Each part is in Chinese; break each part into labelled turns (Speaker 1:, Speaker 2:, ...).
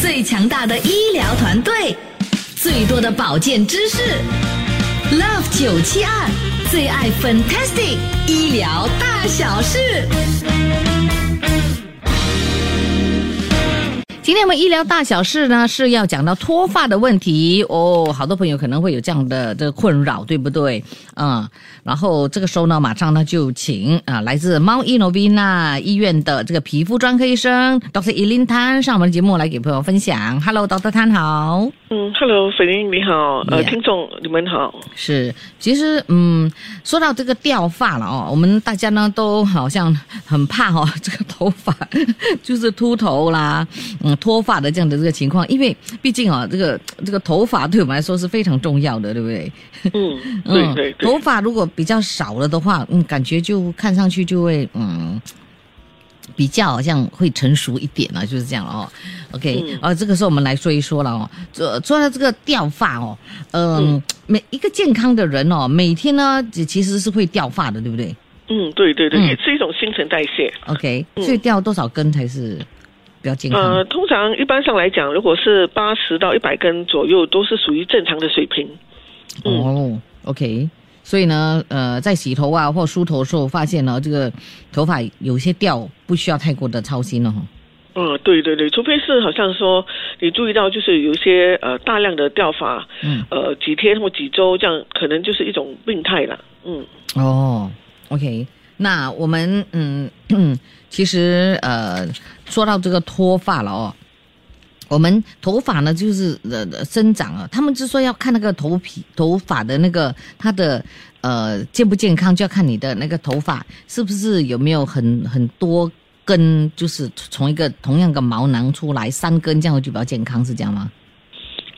Speaker 1: 最强大的医疗团队，最多的保健知识。Love 九七二最爱 Fantastic 医疗大小事。
Speaker 2: 今天我们医疗大小事呢是要讲到脱发的问题哦，好多朋友可能会有这样的这个困扰，对不对？嗯，然后这个时候呢，马上呢就请啊来自猫 i n o v i n a 医院的这个皮肤专科医生 Dr. Elin Tan 上我们的节目来给朋友分享。Hello，Dr. Tan 好。
Speaker 3: 嗯，Hello，水玲你好，呃
Speaker 2: Yeah
Speaker 3: 听众你们好，
Speaker 2: 是，其实嗯，说到这个掉发了哦，我们大家呢都好像很怕哦，这个头发 就是秃头啦，嗯，脱发的这样的这个情况，因为毕竟啊、这个这个头发对我们来说是非常重要的，对不对？
Speaker 3: 嗯，对对对
Speaker 2: 头，发如果比较少了的话，嗯，感觉就看上去就会嗯。比较好像会成熟一点啊，就是这样了哦。OK，、
Speaker 3: 嗯
Speaker 2: 呃，这个时候我们来说一说了哦，说说到这个掉发哦，嗯
Speaker 3: 嗯，
Speaker 2: 每一个健康的人哦，每天呢其其实是会掉发的，对不对
Speaker 3: 嗯，对对对，
Speaker 2: 嗯
Speaker 3: 也是一种新陈代谢。
Speaker 2: ？OK，、
Speaker 3: 嗯
Speaker 2: 所以掉多少根才是比较健康？
Speaker 3: 呃，通常一般上来讲，如果是八十到一百根左右，都是属于正常的水平。嗯
Speaker 2: 哦，OK，所以呢，呃，在洗头啊或梳头的时候，发现呢这个头发有些掉，不需要太过的操心了哈、哦。
Speaker 3: 嗯，对对对，除非是好像说你注意到就是有一些呃大量的掉发，
Speaker 2: 嗯。
Speaker 3: 呃几天或几周这样，可能就是一种病态了。嗯
Speaker 2: 哦，OK，那我们嗯，其实呃，说到这个脱发了哦，我们头发呢就是呃呃生长啊，他们就说要看那个头皮头发的那个它的呃健不健康，就要看你的那个头发是不是有没有很很多根，就是从一个同样的毛囊出来三根，这样就比较健康，是这样吗？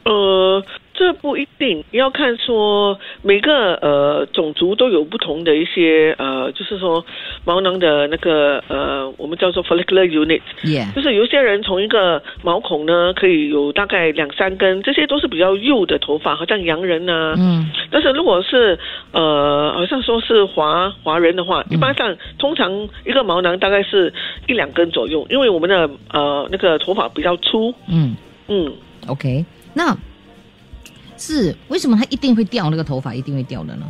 Speaker 3: 呃，这不一定，要看说每个呃种族都有不同的一些呃，就是说毛囊的那个呃，我们叫做 follicular unit，
Speaker 2: 耶、
Speaker 3: 就是有些人从一个毛孔呢可以有大概两三根，这些都是比较幼的头发，好像洋人呐、
Speaker 2: 嗯
Speaker 3: 但是如果是呃，好像说是华华人的话，一般上通常一个毛囊大概是一两根左右，因为我们的呃那个头发比较粗，
Speaker 2: 嗯
Speaker 3: 嗯。
Speaker 2: ，OK，那是为什么它一定会掉那个头发，一定会掉的呢？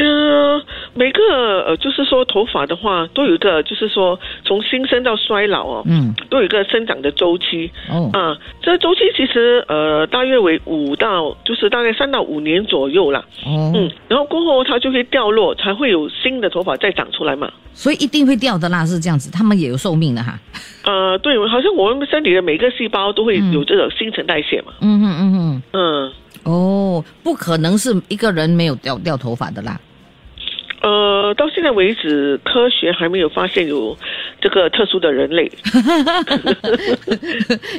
Speaker 3: 呃，每个呃，就是说头发的话，都有一个，就是说从新生到衰老哦，
Speaker 2: 嗯，
Speaker 3: 都有一个生长的周期
Speaker 2: 哦，
Speaker 3: 啊。这周期其实呃，大约为五到，就是大概三到五年左右啦。
Speaker 2: 哦，
Speaker 3: 嗯，然后过后它就会掉落，才会有新的头发再长出来嘛。
Speaker 2: 所以一定会掉的啦，是这样子，他们也有寿命的哈。
Speaker 3: 呃，对，好像我们身体的每个细胞都会有这种新陈代谢嘛。
Speaker 2: 嗯哼嗯哼，
Speaker 3: 嗯，
Speaker 2: 哦，不可能是一个人没有掉掉头发的啦。
Speaker 3: 呃，到现在为止，科学还没有发现有这个特殊的人类。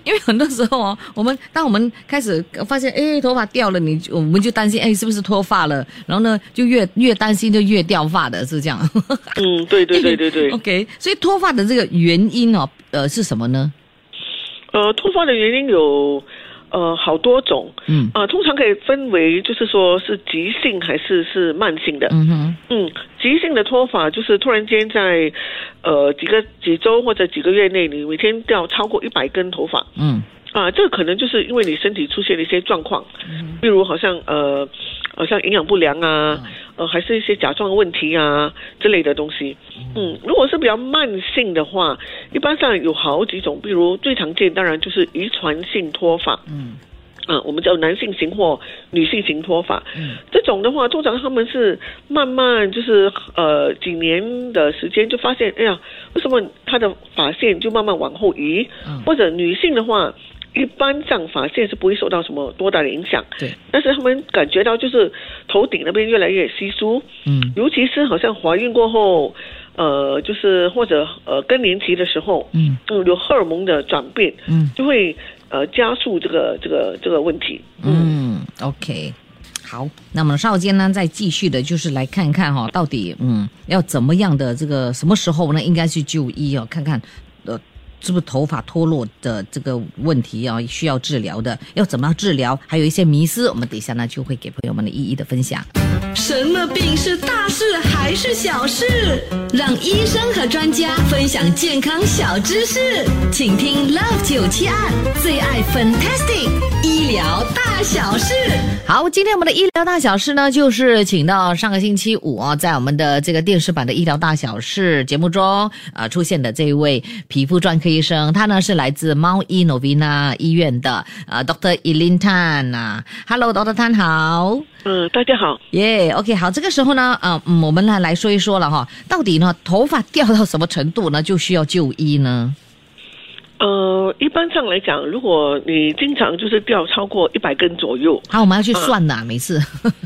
Speaker 2: 因为很多时候哦，我们当我们开始发现，哎，头发掉了，你就我们就担心，哎，是不是脱发了？然后呢，就越越担心，就越掉发的，是这样。
Speaker 3: 嗯，对对对对对。
Speaker 2: OK，所以脱发的这个原因哦，呃，是什么呢？
Speaker 3: 呃，脱发的原因有呃好多种，
Speaker 2: 嗯
Speaker 3: 呃，通常可以分为就是说是急性还是是慢性的。
Speaker 2: 嗯哼，
Speaker 3: 嗯，急性的脱发就是突然间在呃几个几周或者几个月内，你每天掉超过一百根头发
Speaker 2: 嗯
Speaker 3: 啊、这个可能就是因为你身体出现了一些状况，例如好像呃好像营养不良啊，呃还是一些甲状问题啊之类的东西。嗯，如果是比较慢性的话，一般上有好几种，比如最常见当然就是遗传性脱发，
Speaker 2: 嗯
Speaker 3: 啊、我们叫男性型或女性型脱发。
Speaker 2: 嗯
Speaker 3: 这种的话，通常他们是慢慢就是呃几年的时间就发现，哎呀，为什么她的发线就慢慢往后移？
Speaker 2: 嗯
Speaker 3: 或者女性的话，一般上发线是不会受到什么多大的影响。
Speaker 2: 对。
Speaker 3: 但是他们感觉到就是头顶那边越来越稀疏，
Speaker 2: 嗯
Speaker 3: 尤其是好像怀孕过后，呃，就是或者呃更年期的时候，
Speaker 2: 嗯
Speaker 3: 嗯，有荷尔蒙的转变，
Speaker 2: 嗯
Speaker 3: 就会呃加速这个这个这个问题。
Speaker 2: 嗯，OK，好，那么稍后间呢，再继续的，就是来看看哈、到底嗯要怎么样的这个什么时候呢，应该去就医哦，看看呃是不是头发脱落的这个问题啊、需要治疗的，要怎么样治疗，还有一些迷思，我们等一下呢就会给朋友们的一一的分享。
Speaker 1: 什么病是大事还是小事？让医生和专家分享健康小知识，请听 Love 九七二最爱 Fantastic 医疗大小事。
Speaker 2: 好，今天我们的医疗大小事呢，就是请到上个星期五啊，在我们的这个电视版的医疗大小事节目中啊、呃出现的这一位皮肤专科医生，他呢是来自猫医 Novina 医院的呃 Dr. Elin Tan 啊，Hello，Dr. Tan 好。
Speaker 3: 嗯、大家好，
Speaker 2: 耶、o k 好，这个时候呢，呃，嗯我们来来说一说了哈，到底呢，头发掉到什么程度呢，就需要就医呢？
Speaker 3: 呃，一般上来讲，如果你经常就是掉超过一百根左右，
Speaker 2: 好，我们要去算的、每次。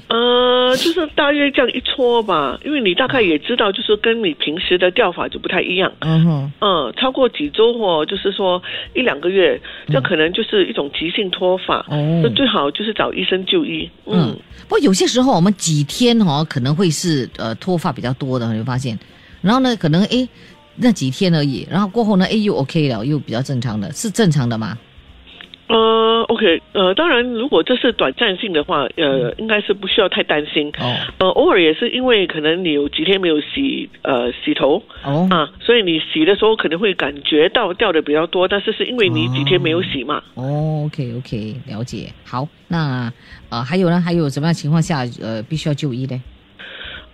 Speaker 3: 呃，就是大约这样一撮吧，因为你大概也知道，就是跟你平时的掉法就不太一样。
Speaker 2: 嗯哼，
Speaker 3: 嗯，超过几周或就是说一两个月，这可能就是一种急性脱发，
Speaker 2: 哦
Speaker 3: 那、最好就是找医生就医。嗯
Speaker 2: 嗯，不过有些时候我们几天哦，可能会是呃脱发比较多的，你会发现，然后呢，可能诶那几天而已，然后过后呢，诶又 OK 了，又比较正常的，是正常的吗？
Speaker 3: 呃，OK，呃，当然，如果这是短暂性的话，呃，应该是不需要太担心。
Speaker 2: 哦
Speaker 3: 呃，偶尔也是因为可能你有几天没有洗呃洗头
Speaker 2: 哦，
Speaker 3: 啊，所以你洗的时候可能会感觉到掉的比较多，但是是因为你几天没有洗嘛。
Speaker 2: 哦，OK OK，了解。好，那呃还有呢？还有什么样情况下呃必须要就医呢？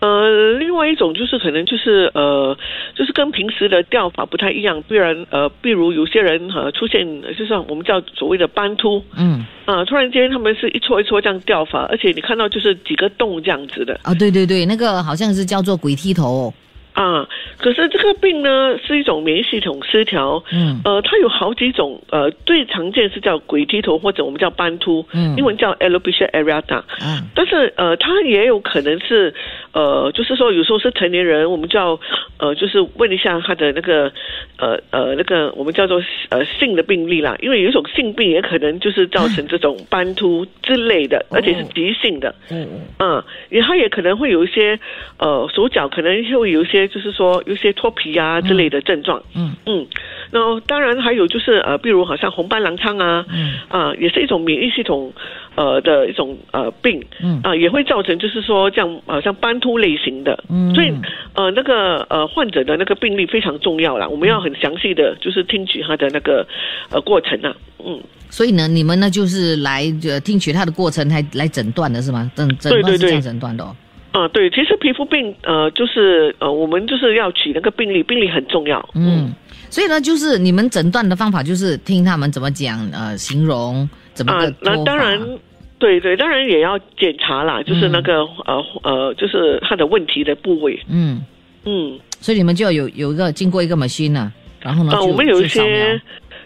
Speaker 3: 呃，另外一种就是可能就是呃，就是跟平时的掉法不太一样，不然呃，比如有些人呃出现呃就是我们叫所谓的斑秃
Speaker 2: 嗯，
Speaker 3: 啊、突然间他们是一撮一撮这样掉法，而且你看到就是几个洞这样子的
Speaker 2: 啊、对对对，那个好像是叫做鬼剃头。
Speaker 3: 啊、可是这个病呢是一种免疫系统失调。
Speaker 2: 嗯
Speaker 3: 呃，它有好几种，呃，最常见是叫鬼剃头或者我们叫斑秃，
Speaker 2: 嗯
Speaker 3: 英文叫 alopecia areata。
Speaker 2: 啊
Speaker 3: 但是呃，它也有可能是，呃，就是说有时候是成年人，我们叫呃，就是问一下他的那个呃呃那个我们叫做呃性的病例啦，因为有一种性病也可能就是造成这种斑秃之类的，而且是急性的，
Speaker 2: 哦
Speaker 3: 嗯，也它也可能会有一些呃手脚可能会有一些就是说有一些脱皮啊之类的症状，
Speaker 2: 嗯
Speaker 3: 嗯，那当然还有就是呃，比如好像红斑狼疮啊，
Speaker 2: 嗯
Speaker 3: 啊，也是一种免疫系统呃的一种呃病，
Speaker 2: 嗯
Speaker 3: 啊，也会造成就是说这样好像斑秃类型的，
Speaker 2: 嗯
Speaker 3: 所以呃那个呃患者的那个病例非常重要啦，我们要很详细的就是听取他的那个呃过程啊，嗯，
Speaker 2: 所以呢，你们呢就是来呃听取他的过程来来诊断的是吗？诊诊
Speaker 3: 对
Speaker 2: 断是
Speaker 3: 对
Speaker 2: 这
Speaker 3: 对
Speaker 2: 样诊断的哦。
Speaker 3: 啊，对，其实皮肤病呃就是呃我们就是要取那个病例，病例很重要，
Speaker 2: 嗯，所以呢，就是你们诊断的方法就是听他们怎么讲，呃，形容怎么
Speaker 3: 啊
Speaker 2: 个，
Speaker 3: 那
Speaker 2: 脱
Speaker 3: 当
Speaker 2: 法嗯
Speaker 3: 然，对对，当然也要检查啦，就是那个、呃呃，就是他的问题的部位，
Speaker 2: 嗯，
Speaker 3: 嗯，
Speaker 2: 所以你们就要有有一个经过一个 machine 啊，然后呢，
Speaker 3: 啊，
Speaker 2: 就
Speaker 3: 我们有一
Speaker 2: 去扫描
Speaker 3: 些，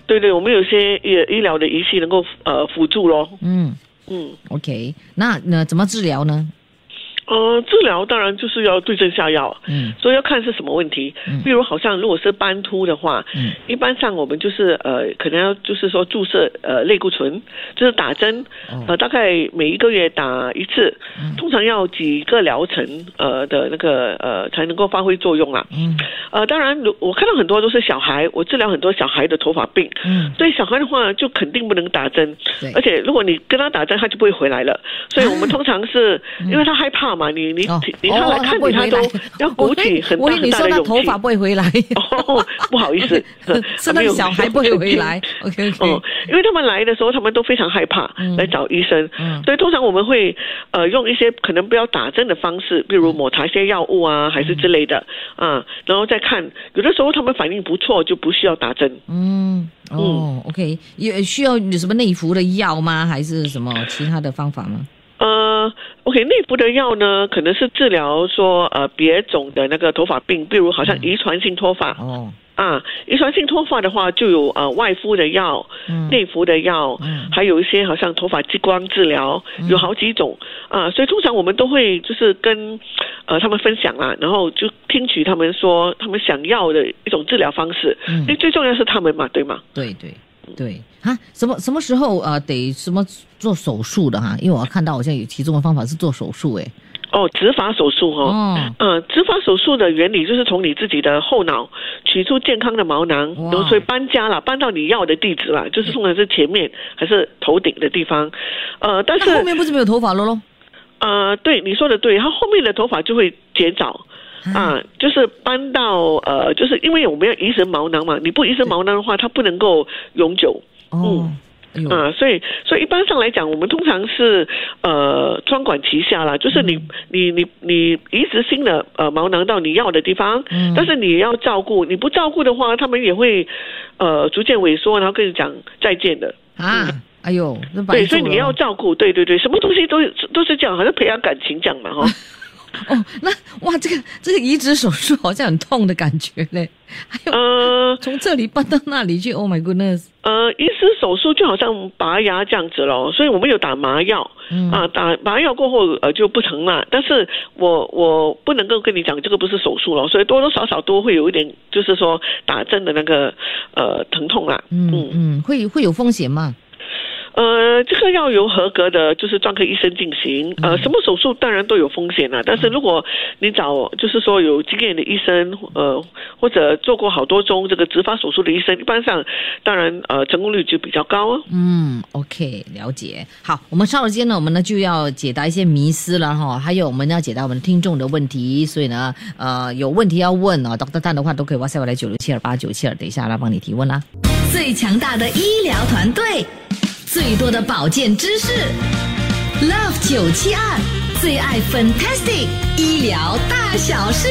Speaker 3: 对对，我们有一些医医疗的仪器能够呃辅助咯，
Speaker 2: 嗯
Speaker 3: 嗯，
Speaker 2: ，OK，那那怎么治疗呢？
Speaker 3: 呃，治疗当然就是要对症下药。
Speaker 2: 嗯
Speaker 3: 所以要看是什么问题
Speaker 2: 嗯，
Speaker 3: 比如好像如果是斑秃的话，
Speaker 2: 嗯
Speaker 3: 一般上我们就是呃，可能要就是说注射呃类固醇，就是打针，
Speaker 2: 哦
Speaker 3: 呃，大概每一个月打一次
Speaker 2: 嗯，
Speaker 3: 通常要几个疗程呃的那个呃才能够发挥作用啦。
Speaker 2: 嗯
Speaker 3: 呃，当然，如我看到很多都是小孩，我治疗很多小孩的头发病，
Speaker 2: 嗯，
Speaker 3: 对小孩的话，就肯定不能打针
Speaker 2: 对，
Speaker 3: 而且如果你跟他打针，他就不会回来了。所以我们通常 是、因为他害怕嘛，你你、
Speaker 2: 嗯哦
Speaker 3: 你
Speaker 2: 哦
Speaker 3: 他来看
Speaker 2: 不会
Speaker 3: 你，
Speaker 2: 回
Speaker 3: 他都
Speaker 2: 来
Speaker 3: 要鼓起很
Speaker 2: 我
Speaker 3: 大
Speaker 2: 以为
Speaker 3: 很
Speaker 2: 你
Speaker 3: 大
Speaker 2: 说
Speaker 3: 的
Speaker 2: 他
Speaker 3: 勇
Speaker 2: 头
Speaker 3: 气
Speaker 2: 发。不会回来，，
Speaker 3: 哦，不好意思。
Speaker 2: 是那个小孩不会回来。OK
Speaker 3: 还没
Speaker 2: OK，
Speaker 3: 有 哦，因为他们来的时候，他们都非常害怕
Speaker 2: 嗯，
Speaker 3: 来找医生。
Speaker 2: 嗯
Speaker 3: 所以通常我们会呃用一些可能不要打针的方式，比如
Speaker 2: 嗯
Speaker 3: 抹茶一些药物啊，还是之类的啊，然后再看。有的时候他们反应不错，就不需要打针。
Speaker 2: 嗯哦，OK，也需要有什么内服的药吗？还是什么其他的方法吗？
Speaker 3: 呃，OK，内服的药呢，可能是治疗说呃别种的那个头发病，比如好像遗传性脱发、
Speaker 2: 哦，
Speaker 3: 啊，遗传性脱发的话就有呃外敷的药、
Speaker 2: 嗯
Speaker 3: 内服的药，
Speaker 2: 嗯
Speaker 3: 还有一些好像头发激光治疗，有好几种
Speaker 2: 嗯
Speaker 3: 啊，所以通常我们都会就是跟呃他们分享啦，然后就听取他们说他们想要的一种治疗方式，
Speaker 2: 嗯
Speaker 3: 因为最重要是他们嘛，对吗？
Speaker 2: 对对对啊，什么什么时候呃得什么做手术的哈？因为我看到好像有其中的方法是做手术诶。
Speaker 3: 哦，植发手术哦。
Speaker 2: 哦，
Speaker 3: 呃，植发手术的原理就是从你自己的后脑取出健康的毛囊，
Speaker 2: 哇
Speaker 3: 然后所以搬家了，搬到你要的地址了，就是通常是前面还是头顶的地方。呃，但是
Speaker 2: 那后面不是没有头发了喽？
Speaker 3: 呃，对，你说的对，它后面的头发就会减少。啊，就是搬到呃，就是因为我们要移植毛囊嘛，你不移植毛囊的话，它不能够永久。
Speaker 2: 哦，哎呦，
Speaker 3: 啊，所以所以一般上来讲，我们通常是呃双管齐下啦，就是
Speaker 2: 嗯
Speaker 3: 你、你你你移植新的呃毛囊到你要的地方，
Speaker 2: 嗯
Speaker 3: 但是你也要照顾，你不照顾的话，他们也会呃逐渐萎缩，然后跟你讲再见的。
Speaker 2: 啊，哎呦，那白
Speaker 3: 对，
Speaker 2: 做
Speaker 3: 所以
Speaker 2: 了
Speaker 3: 你要照顾，对对对，什么东西都有都是这样，好像培养感情这样嘛 哈。
Speaker 2: 哦，那哇，这个这个移植手术好像很痛的感觉嘞，还有
Speaker 3: 呃
Speaker 2: 从这里搬到那里去，Oh my goodness，
Speaker 3: 呃，移植手术就好像拔牙这样子咯，所以我们有打麻药。
Speaker 2: 嗯
Speaker 3: 啊，打麻药过后呃就不疼了，但是我我不能够跟你讲这个不是手术了，所以多多少少都会有一点，就是说打针的那个呃疼痛啦。
Speaker 2: 嗯嗯，会会有风险吗？
Speaker 3: 呃，这个要由合格的就是专科医生进行。
Speaker 2: 嗯
Speaker 3: 呃，什么手术当然都有风险啦，但是如果你找就是说有经验的医生，呃，或者做过好多宗这个植发手术的医生，一般上当然呃成功率就比较高啊。
Speaker 2: 嗯，OK，了解。好，我们稍后间呢，我们呢就要解答一些迷思了哈，还有我们要解答我们听众的问题，所以呢，呃，有问题要问啊，Dr. 蛋的话都可以 WhatsApp 来九六七二八九七二，等一下来帮你提问啦。
Speaker 1: 最强大的医疗团队，最多的保健知识，Love 972最爱 Fantastic 医疗大小事。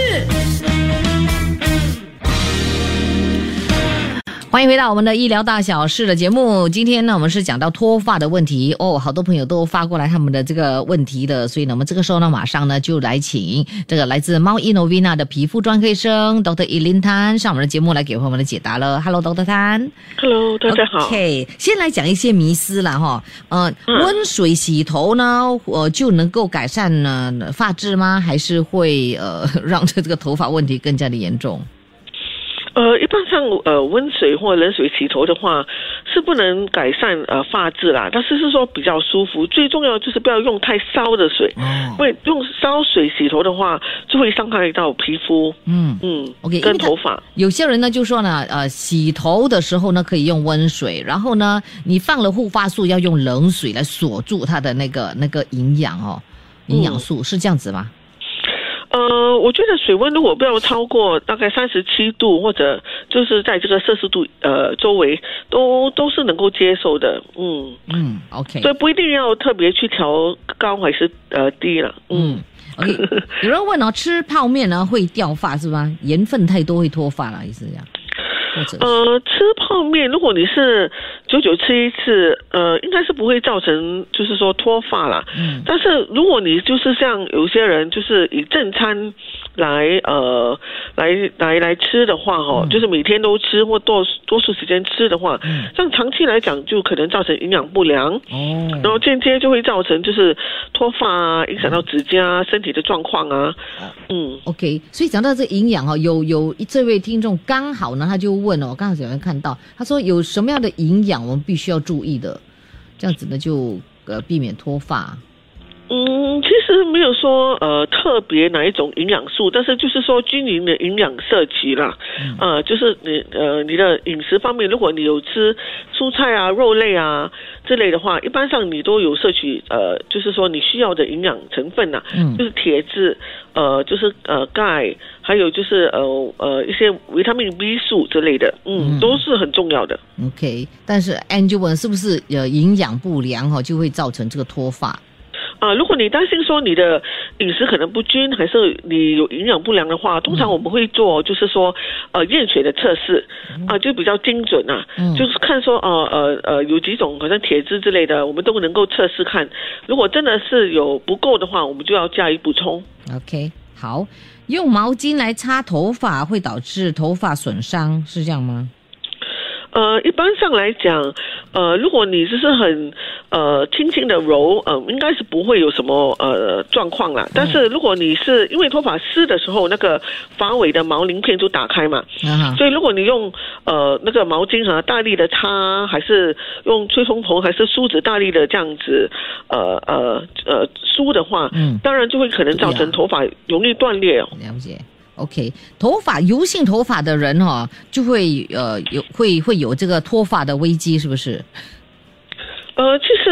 Speaker 2: 欢迎回到我们的医疗大小事的节目。今天呢，我们是讲到脱发的问题哦，好多朋友都发过来他们的这个问题的，所以呢，我们这个时候呢，马上呢就来请这个来自猫 Innovina 的皮肤专科医生 Dr. Elin Tan 上我们的节目来给我们的解答了。Hello，Dr. Tan。
Speaker 3: Hello，大家 好。
Speaker 2: OK，先来讲一些迷思啦哈。呃，
Speaker 3: 嗯
Speaker 2: 温水洗头呢，呃，就能够改善呢、呃发质吗？还是会呃 让这个头发问题更加的严重？
Speaker 3: 呃，一般上呃温水或冷水洗头的话，是不能改善呃发质啦，但是是说比较舒服。最重要就是不要用太烧的水，因
Speaker 2: 哦，
Speaker 3: 为用烧水洗头的话，就会伤害到皮肤，
Speaker 2: 嗯。
Speaker 3: 嗯
Speaker 2: OK，因为
Speaker 3: 跟
Speaker 2: 它
Speaker 3: 头发。
Speaker 2: 有些人呢就说呢，呃，洗头的时候呢可以用温水，然后呢你放了护发素要用冷水来锁住它的那个那个营养哦，营养素、是这样子吗？
Speaker 3: 呃，我觉得水温如果不要超过大概三十七度，或者就是在这个摄氏度呃周围，都都是能够接受的，嗯，
Speaker 2: 嗯，OK，
Speaker 3: 所以不一定要特别去调高还是呃低了，嗯
Speaker 2: 嗯，OK，有 人问哦，吃泡面呢会掉发是吧？盐分太多会脱发了，意思是这样，或者是
Speaker 3: 呃，吃泡面，如果你是久久吃一次，呃，应该是不会造成就是说脱发啦。
Speaker 2: 嗯
Speaker 3: 但是如果你就是像有些人就是以正餐来呃来来来吃的话哈、哦，就是每天都吃或多多数时间吃的话，
Speaker 2: 嗯
Speaker 3: 这样长期来讲就可能造成营养不良，然
Speaker 2: 哦
Speaker 3: 后间接就会造成就是脱发啊，影响
Speaker 2: 嗯
Speaker 3: 到指甲、啊、身体的状况啊，
Speaker 2: 哦
Speaker 3: 嗯。
Speaker 2: ，OK，所以讲到这营养哦，有有这位听众刚好呢，他就问哦，刚好有人看到，他说有什么样的营养我们必须要注意的，这样子呢就呃避免脱发，
Speaker 3: 嗯，其实没有说呃特别哪一种营养素，但是就是说均匀的营养摄取啦，
Speaker 2: 嗯
Speaker 3: 啊、就是你呃你的饮食方面，如果你有吃蔬菜啊、肉类啊之类的话，一般上你都有摄取呃，就是说你需要的营养成分呐、
Speaker 2: 嗯
Speaker 3: 就是铁质，呃，就是呃钙，还有就是呃呃一些维他命 B 素之类的，嗯，
Speaker 2: 嗯
Speaker 3: 都是很重要的。
Speaker 2: ，OK，但是 Ann 就问是不是呃营养不良哦就会造成这个脱发，
Speaker 3: 啊，如果你担心说你的饮食可能不均，还是你有营养不良的话，通常我们会做就是说，呃，验血的测试，啊，就比较精准啊，
Speaker 2: 嗯
Speaker 3: 就是看说，呃呃呃，有几种好像铁质之类的，我们都能够测试看。如果真的是有不够的话，我们就要加以补充。
Speaker 2: OK，好，用毛巾来擦头发会导致头发损伤，是这样吗？
Speaker 3: 呃，一般上来讲，呃，如果你只是很呃轻轻的揉，呃，应该是不会有什么呃状况啦。但是如果你是因为头发湿的时候，那个发尾的毛鳞片就打开嘛，
Speaker 2: 啊哈，
Speaker 3: 所以如果你用呃那个毛巾啊大力的擦，还是用吹风筒，还是梳子大力的这样子，呃呃呃梳的话，
Speaker 2: 嗯
Speaker 3: 当然就会可能造
Speaker 2: 对啊
Speaker 3: 成头发容易断裂哦。
Speaker 2: 了解。OK，头发油性头发的人哈、哦，就会呃有会会有这个脱发的危机，是不是？
Speaker 3: 呃，其实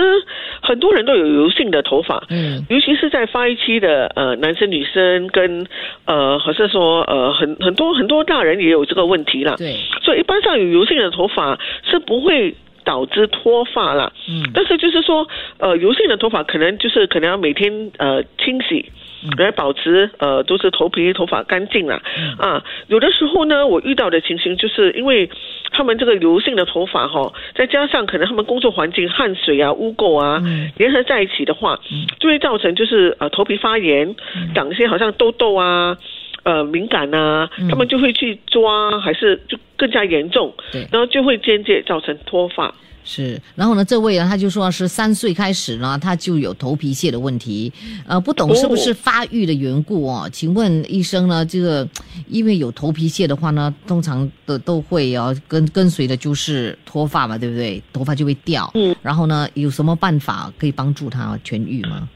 Speaker 3: 很多人都有油性的头发，
Speaker 2: 嗯
Speaker 3: 尤其是在发育期的呃男生女生跟呃，好像说呃很很多很多大人也有这个问题啦。
Speaker 2: 对，
Speaker 3: 所以一般上有油性的头发是不会导致脱发啦。
Speaker 2: 嗯
Speaker 3: 但是就是说，呃，油性的头发可能就是可能要每天呃清洗，
Speaker 2: 嗯
Speaker 3: 来保持呃都是头皮头发干净啦。
Speaker 2: 嗯
Speaker 3: 啊，有的时候呢，我遇到的情形就是因为他们这个油性的头发哈、再加上可能他们工作环境汗水啊、污垢啊、
Speaker 2: 嗯
Speaker 3: 联合在一起的话，就会造成就是呃头皮发炎，
Speaker 2: 嗯
Speaker 3: 长一些好像痘痘啊。呃，敏感啊，
Speaker 2: 嗯
Speaker 3: 他们就会去抓，还是就更加严重，
Speaker 2: 对
Speaker 3: 然后就会间接造成脱发。
Speaker 2: 是。然后呢，这位呢，啊他就说是三岁开始呢，他就有头皮屑的问题，呃，不懂
Speaker 3: 哦
Speaker 2: 是不是发育的缘故哦？请问医生呢，这个因为有头皮屑的话呢，通常的都会哦跟跟随的就是脱发嘛，对不对？头发就会掉。
Speaker 3: 嗯。
Speaker 2: 然后呢，有什么办法可以帮助他痊愈吗？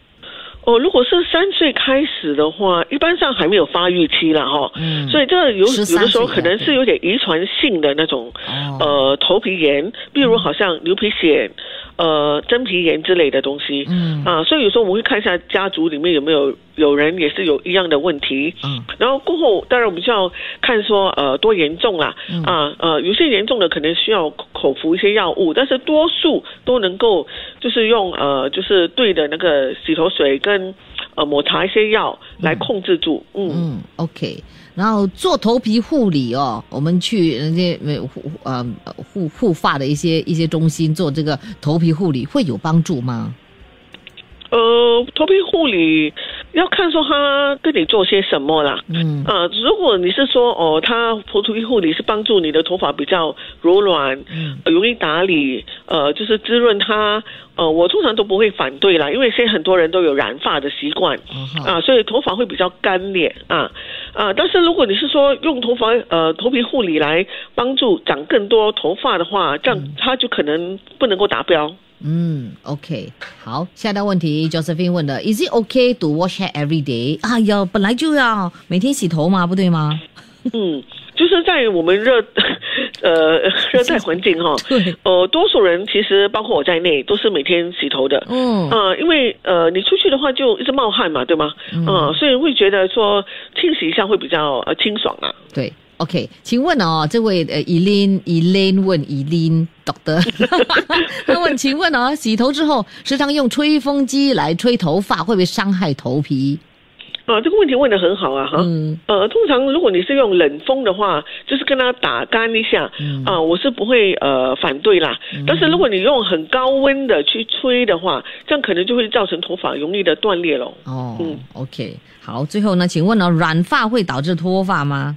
Speaker 3: 哦，如果是三岁开始的话，一般上还没有发育期了哈、
Speaker 2: 嗯
Speaker 3: 所以这个有
Speaker 2: 13
Speaker 3: 有的时候
Speaker 2: 岁
Speaker 3: 可能
Speaker 2: 对
Speaker 3: 是有点遗传性的那种，
Speaker 2: 哦
Speaker 3: 呃，头皮
Speaker 2: 嗯
Speaker 3: 炎，比如好像牛皮癣、呃，真皮炎之类的东西。
Speaker 2: 嗯
Speaker 3: 啊，所以有时候我们会看一下家族里面有没有有人也是有一样的问题，
Speaker 2: 嗯
Speaker 3: 然后过后当然我们就要看说呃多严重啦，
Speaker 2: 嗯
Speaker 3: 啊呃有些严重的可能需要口口服一些药物，但是多数都能够就是用呃就是对的那个洗头水跟呃抹茶一些药来控制住，嗯
Speaker 2: 嗯，OK。然后做头皮护理哦，我们去人家呃护呃护护发的一些一些中心做这个头皮护理会有帮助吗？
Speaker 3: 呃头皮护理要看说他跟你做些什么啦，
Speaker 2: 嗯
Speaker 3: 呃，如果你是说哦，它头皮护理是帮助你的头发比较柔软，
Speaker 2: 嗯
Speaker 3: 呃容易打理，呃，就是滋润它，呃，我通常都不会反对啦，因为现在很多人都有染发的习惯。
Speaker 2: 哦好
Speaker 3: 啊，所以头发会比较干裂啊啊！但是如果你是说用头发呃头皮护理来帮助长更多头发的话，这样它就可能不能够达标。
Speaker 2: 嗯，OK，好，下一道问题，Josephine 问的，Is it okay to wash hair every day？哎呀，本来就要每天洗头嘛，不对吗？
Speaker 3: 嗯，就是在我们热 呃热带环境哈、
Speaker 2: 对，
Speaker 3: 呃，多数人其实包括我在内，都是每天洗头的。
Speaker 2: 嗯
Speaker 3: 呃，因为呃，你出去的话就一直冒汗嘛，对吗？
Speaker 2: 嗯
Speaker 3: 呃所以会觉得说清洗一下会比较呃清爽啊。
Speaker 2: 对，OK，请问哦，这位呃 Elaine Elaine 问 Elaine Doctor，他 问，请问哦，洗头之后时常用吹风机来吹头发，会不会伤害头皮？
Speaker 3: 啊、这个问题问的很好啊，哈。
Speaker 2: 嗯
Speaker 3: 呃，通常如果你是用冷风的话，就是跟它打干一下，
Speaker 2: 嗯
Speaker 3: 啊、我是不会呃反对啦。但是如果你用很高温的去吹的话，这样可能就会造成头发容易的断裂咯。
Speaker 2: 哦、
Speaker 3: 嗯
Speaker 2: o k 好，最后呢，请问呢、染发会导致脱发吗？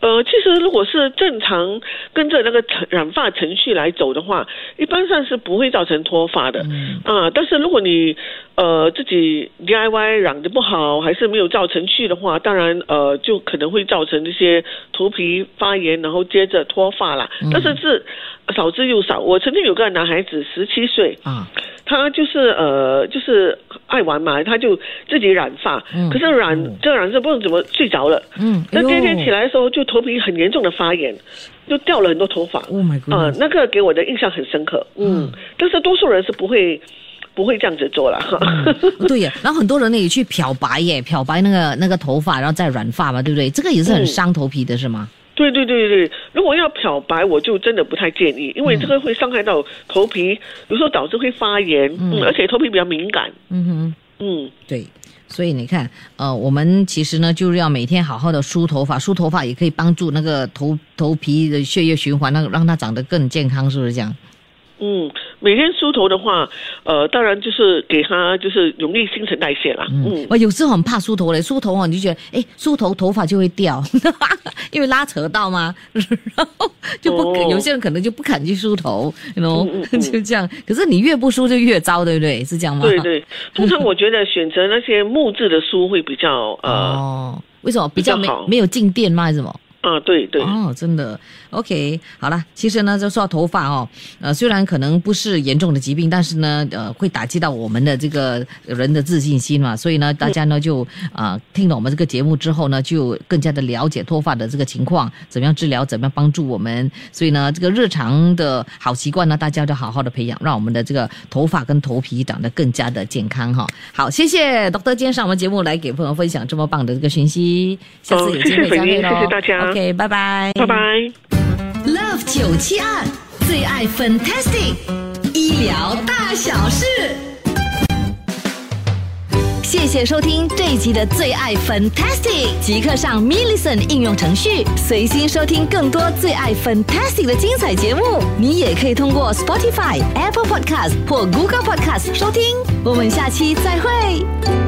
Speaker 3: 呃，其实如果是正常跟着那个程染发程序来走的话，一般上是不会造成脱发的。
Speaker 2: 嗯
Speaker 3: 啊，但是如果你呃自己 DIY 染的不好，还是没有照程序的话，当然呃就可能会造成一些头皮发炎，然后接着脱发啦。
Speaker 2: 嗯
Speaker 3: 但是是少之又少。我曾经有个男孩子十七岁，
Speaker 2: 啊，
Speaker 3: 他就是呃，就是爱玩嘛，他就自己染发，
Speaker 2: 嗯
Speaker 3: 可是染、这染着不知道怎么睡着了，
Speaker 2: 嗯
Speaker 3: 那第二天
Speaker 2: 哎呦
Speaker 3: 起来的时候就头皮很严重的发炎，就掉了很多头发，
Speaker 2: ，Oh my
Speaker 3: 啊、
Speaker 2: god，、
Speaker 3: 那个给我的印象很深刻，嗯，
Speaker 2: 嗯
Speaker 3: 但是多数人是不会不会这样子做了，哈、
Speaker 2: 哦对呀，然后很多人呢也去漂白耶，漂白那个那个头发，然后再染发嘛，对不对？这个也是很
Speaker 3: 嗯
Speaker 2: 伤头皮的，是吗？
Speaker 3: 对对对对，如果要漂白，我就真的不太建议，因为这个会伤害到头皮，有时候导致会发炎，
Speaker 2: 嗯
Speaker 3: 嗯，而且头皮比较敏感，
Speaker 2: 嗯哼。
Speaker 3: 嗯。
Speaker 2: 对，所以你看，呃，我们其实呢，就是要每天好好的梳头发，梳头发也可以帮助那个头头皮的血液循环，那个让它长得更健康，是不是这样？
Speaker 3: 嗯，每天梳头的话，呃，当然就是给它就是容易新陈代谢啦。嗯，
Speaker 2: 我哎有时候很怕梳头嘞，梳头哦，你就觉得，哎，梳头头发就会掉， 因为拉扯到嘛， 然后就不肯、
Speaker 3: 哦
Speaker 2: 有些人可能就不肯去梳头，然后
Speaker 3: 嗯嗯 嗯
Speaker 2: 就这样。可是你越不梳就越糟，对不对？是这样吗？
Speaker 3: 对。 对，通常我觉得选择那些木质的梳会比较呃
Speaker 2: 哦，为什么比较
Speaker 3: 比
Speaker 2: 没
Speaker 3: 较好
Speaker 2: 没有静电吗？还是什么？
Speaker 3: 啊、啊，对对，
Speaker 2: 哦，真的，OK，好了，其实呢，就说到头发哦，呃，虽然可能不是严重的疾病，但是呢，呃，会打击到我们的这个人的自信心嘛，所以呢，
Speaker 3: 嗯
Speaker 2: 大家呢就啊、呃听了我们这个节目之后呢，就更加的了解脱发的这个情况，怎么样治疗，怎么样帮助我们，所以呢，这个日常的好习惯呢，大家就好好的培养，让我们的这个头发跟头皮长得更加的健康哈、好，谢
Speaker 3: 嗯
Speaker 2: 谢 d 德今天上我们节目来给朋友分享这么棒的这个讯息，下次
Speaker 3: 哦
Speaker 2: 有
Speaker 3: 谢
Speaker 2: 机
Speaker 3: 谢
Speaker 2: 会
Speaker 3: 斐
Speaker 2: 再
Speaker 3: 妮
Speaker 2: 会喽、
Speaker 3: 谢谢大家
Speaker 2: OK，拜拜，
Speaker 3: 拜拜。
Speaker 1: Love 九七二最爱 Fantastic 医疗大小事。谢谢收听这一集的最爱 Fantastic，即刻上 m i l l i c e n t 应用程序，随心收听更多最爱 Fantastic 的精彩节目。你也可以通过 Spotify、Apple Podcast 或 Google Podcast 收听。我们下期再会。